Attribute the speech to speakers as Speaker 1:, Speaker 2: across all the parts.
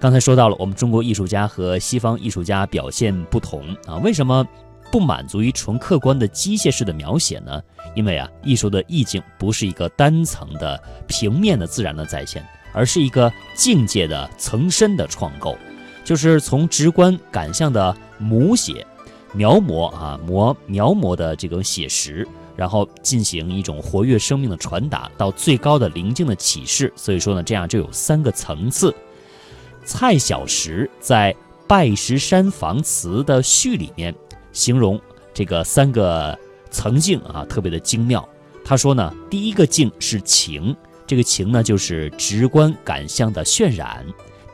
Speaker 1: 刚才说到了，我们中国艺术家和西方艺术家表现不同啊，为什么不满足于纯客观的机械式的描写呢？因为啊，艺术的意境不是一个单层的平面的自然的再现，而是一个境界的层深的创构，就是从直观感象的摹写、描摹啊描描摹的这种写实，然后进行一种活跃生命的传达到最高的灵境的启示。所以说呢，这样就有三个层次。蔡小石在《拜石山房词》的序里面形容这个三个层境啊，特别的精妙。他说呢，第一个境是情，这个情呢就是直观感象的渲染；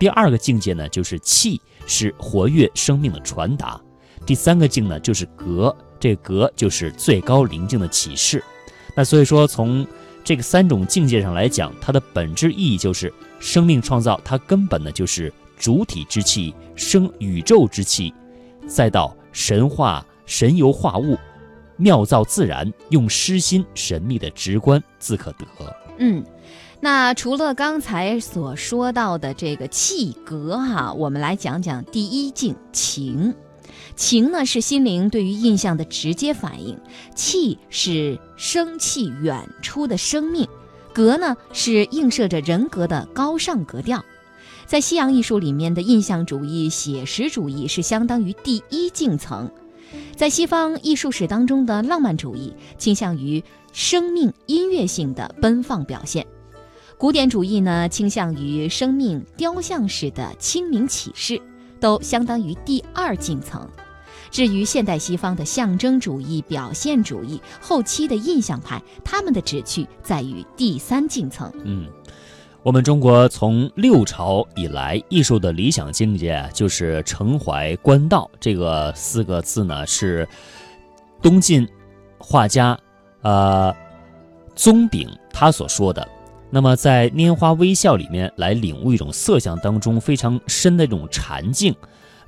Speaker 1: 第二个境界呢就是气，是活跃生命的传达；第三个境呢就是格，这个格就是最高灵境的启示。那所以说，从这个三种境界上来讲，它的本质意义就是生命创造，它根本呢就是主体之气、生宇宙之气，再到神化、神游化物，妙造自然，用诗心神秘的直观自可得。
Speaker 2: 嗯，那除了刚才所说到的这个气格哈、我们来讲讲第一境情。情呢是心灵对于印象的直接反应，气是生气远出的生命，格呢是映射着人格的高尚格调。在西洋艺术里面的印象主义、写实主义是相当于第一境层，在西方艺术史当中的浪漫主义倾向于生命音乐性的奔放表现，古典主义呢倾向于生命雕像式的清明启示，都相当于第二进层。至于现代西方的象征主义、表现主义、后期的印象派，他们的旨趣在于第三进层。
Speaker 1: 嗯，我们中国从六朝以来，艺术的理想境界啊就是承怀观道这个四个字呢，是东晋画家呃宗炳他所说的。那么在《拈花微笑》里面来领悟一种色相当中非常深的一种禅境。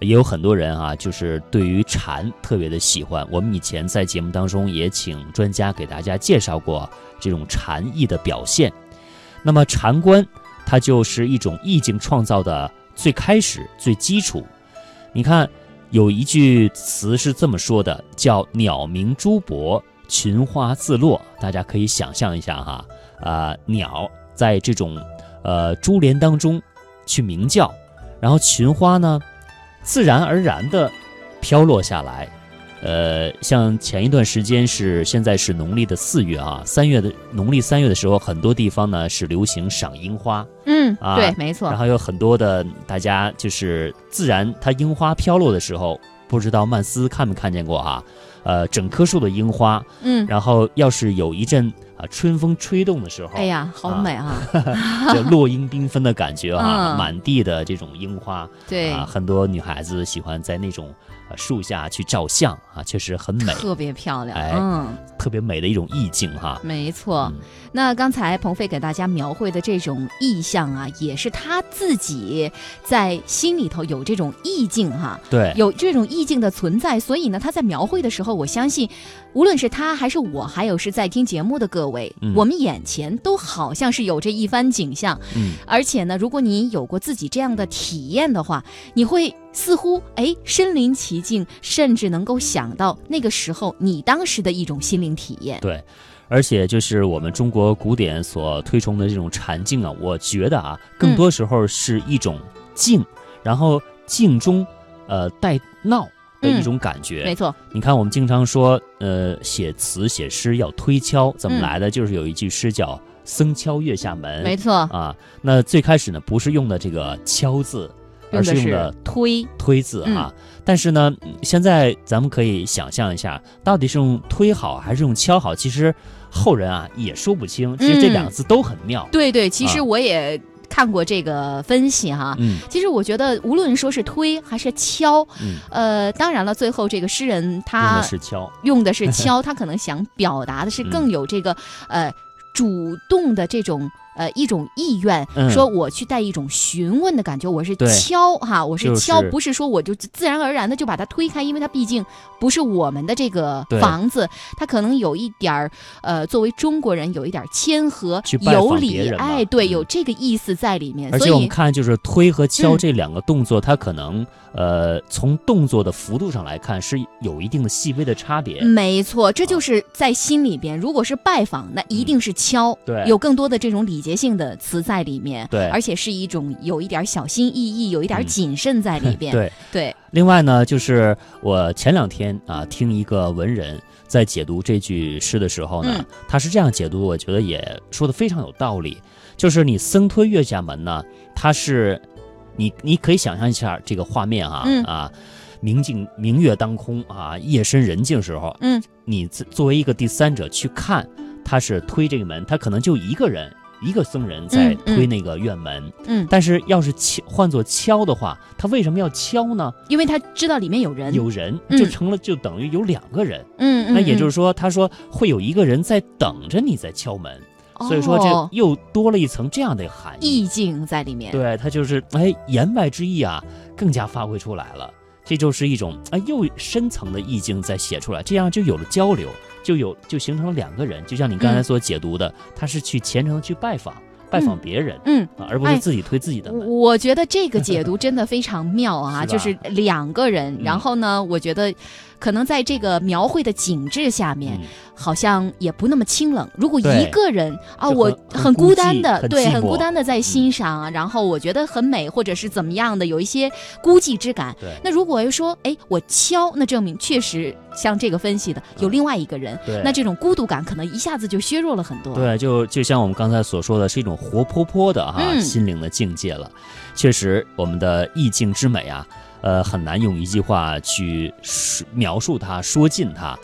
Speaker 1: 也有很多人啊，就是对于禅特别的喜欢。我们以前在节目当中也请专家给大家介绍过这种禅意的表现。那么禅观，它就是一种意境创造的最开始、最基础。你看，有一句词是这么说的，叫“鸟鸣珠箔，群花自落”。大家可以想象一下哈，啊、鸟在这种呃珠帘当中去鸣叫，然后群花呢，自然而然的飘落下来。呃，像前一段时间是现在是农历的四月啊，三月的农历三月的时候，很多地方呢是流行赏樱花，
Speaker 2: 嗯，
Speaker 1: 啊
Speaker 2: 对，没错
Speaker 1: 然。后有很多的大家就是自然，它樱花飘落的时候，不知道曼斯看没看见过啊？呃，整棵树的樱花，
Speaker 2: 嗯，
Speaker 1: 然后要是有一阵啊春风吹动的时候，
Speaker 2: 哎呀，好
Speaker 1: 啊
Speaker 2: 美 啊！
Speaker 1: 这落英缤纷的感觉啊，
Speaker 2: 嗯
Speaker 1: 满地的这种樱花
Speaker 2: 对，
Speaker 1: 啊，很多女孩子喜欢在那种呃树下去照相啊，确实很 美，
Speaker 2: 特别漂亮。
Speaker 1: 哎
Speaker 2: 嗯，
Speaker 1: 特别美的一种意境哈、
Speaker 2: 没错。
Speaker 1: 嗯
Speaker 2: 那刚才鹏飞给大家描绘的这种意象啊，也是他自己在心里头有这种意境哈、
Speaker 1: 对，
Speaker 2: 有这种意境的存在，所以呢，他在描绘的时候，我相信，无论是他还是我，还有是在听节目的各位，
Speaker 1: 嗯
Speaker 2: 我们眼前都好像是有这一番景象。
Speaker 1: 嗯，
Speaker 2: 而且呢，如果你有过自己这样的体验的话，你会似乎哎身临其境，甚至能够想到那个时候你当时的一种心灵体验。
Speaker 1: 对，而且就是我们中国古典所推崇的这种禅境啊，我觉得啊，
Speaker 2: 嗯
Speaker 1: 更多时候是一种静，然后静中呃带闹的一种感觉。
Speaker 2: 嗯没错，
Speaker 1: 你看，我们经常说，呃，写词写诗要推敲，怎么
Speaker 2: 嗯
Speaker 1: 来的？就是有一句诗叫“僧敲月下门”，
Speaker 2: 没错，
Speaker 1: 啊。那最开始呢，不是用的这个“敲”字，而
Speaker 2: 用
Speaker 1: 是
Speaker 2: 的
Speaker 1: 用
Speaker 2: 是
Speaker 1: 的
Speaker 2: 推，
Speaker 1: 推字啊。但是呢，嗯现在咱们可以想象一下，到底是用推好还是用敲好？其实后人啊也说不清。其实这
Speaker 2: 嗯
Speaker 1: 两个字都很妙。
Speaker 2: 对对，其实
Speaker 1: 啊
Speaker 2: 我也看过这个分析哈。
Speaker 1: 嗯
Speaker 2: 其实我觉得，无论说是推还是敲，
Speaker 1: 嗯，
Speaker 2: 呃，当然了，最后这个诗人
Speaker 1: 用的
Speaker 2: 他
Speaker 1: 是嗯敲。
Speaker 2: 用 的是敲，他可能想表达的是更有这个呃主动的这种呃一种意愿，
Speaker 1: 嗯
Speaker 2: 说我去带一种询问的感觉，我是
Speaker 1: 对
Speaker 2: 敲哈，我是
Speaker 1: 就
Speaker 2: 敲，
Speaker 1: 是
Speaker 2: 不是说我就自然而然的就把它推开，因为它毕竟不是我们的这个
Speaker 1: 对
Speaker 2: 房子，它可能有一点儿呃，作为中国人有一点儿谦和
Speaker 1: 去、拜访
Speaker 2: 有
Speaker 1: 别
Speaker 2: 礼，
Speaker 1: 人嘛
Speaker 2: 哎，对，有
Speaker 1: 嗯
Speaker 2: 这个意思在里面，
Speaker 1: 而
Speaker 2: 所
Speaker 1: 且我们
Speaker 2: 以
Speaker 1: 看，就是推和敲
Speaker 2: 嗯
Speaker 1: 这两个动作，它可能呃从动作的幅度上来看是有一定的细微的差别。
Speaker 2: 没错，
Speaker 1: 啊
Speaker 2: 这就是在心里边，如果是拜访，那一定是敲。
Speaker 1: 嗯对，
Speaker 2: 有更多的这种礼节性的词在里面，
Speaker 1: 对
Speaker 2: 而且是一种有一点小心翼翼、有一点
Speaker 1: 嗯
Speaker 2: 谨慎在 里边，
Speaker 1: 对。
Speaker 2: 对
Speaker 1: 另外呢，就是我前两天啊听一个文人在解读这句诗的时候呢，
Speaker 2: 嗯
Speaker 1: 他是这样解读，我觉得也说的非常有道理。就是你僧推月下门呢，它是你你可以想象一下这个画面啊、
Speaker 2: 嗯
Speaker 1: 啊，明镜明月当空啊，夜深人静时候，
Speaker 2: 嗯，
Speaker 1: 你自作为一个第三者去看，他是推这个门，他可能就一个人。一个僧人在
Speaker 2: 嗯嗯
Speaker 1: 推那个院门，
Speaker 2: 嗯，
Speaker 1: 但是要是敲换作敲的话，他为什么要敲呢？
Speaker 2: 因为他知道里面有人，
Speaker 1: 有人，
Speaker 2: 嗯
Speaker 1: 就成了就等于有两个人。
Speaker 2: 嗯，嗯，
Speaker 1: 那也就是
Speaker 2: 是，
Speaker 1: 说，他说会有一个人在等着你在敲门，所以说
Speaker 2: 哦
Speaker 1: 这又多了一层这样的含义。
Speaker 2: 意境在里面，
Speaker 1: 对，他就是哎，言外之意啊，更加发挥出来了。这就是一种哎又深层的意境在写出来，这样就有了交流，就有就形成了两个人。就像你刚才
Speaker 2: 嗯
Speaker 1: 所解读的，他是去虔诚地去拜访拜访别人、
Speaker 2: 嗯。
Speaker 1: 啊，而不是
Speaker 2: 哎
Speaker 1: 自己推自己的
Speaker 2: 我
Speaker 1: 门。
Speaker 2: 我觉得这个解读真的非常妙啊，
Speaker 1: 是吧
Speaker 2: 就是两个人，
Speaker 1: 嗯
Speaker 2: 然后呢，我觉得可能在这个描绘的景致下面，
Speaker 1: 嗯
Speaker 2: 好像也不那么清冷。如果
Speaker 1: 对
Speaker 2: 一个人啊，
Speaker 1: 就很
Speaker 2: 我
Speaker 1: 很
Speaker 2: 很
Speaker 1: 孤
Speaker 2: 孤
Speaker 1: 寂
Speaker 2: 单的，
Speaker 1: 很
Speaker 2: 对，
Speaker 1: 寂
Speaker 2: 很孤
Speaker 1: 寞嗯
Speaker 2: 单的在欣赏，啊，然后我觉得很美，或者是怎么样的，有一些孤寂之感。
Speaker 1: 对
Speaker 2: 那如果又说，哎，我敲，那证明确实像这个分析的，有
Speaker 1: 嗯
Speaker 2: 另外一个人，
Speaker 1: 对，
Speaker 2: 那这种孤独感可能一下子就削弱了很多。，
Speaker 1: 对，就就像我们刚才所说的，是一种活泼泼的哈、
Speaker 2: 嗯
Speaker 1: 心灵的境界了。确实，我们的意境之美啊，呃，很难用一句话去说描述它、说尽它。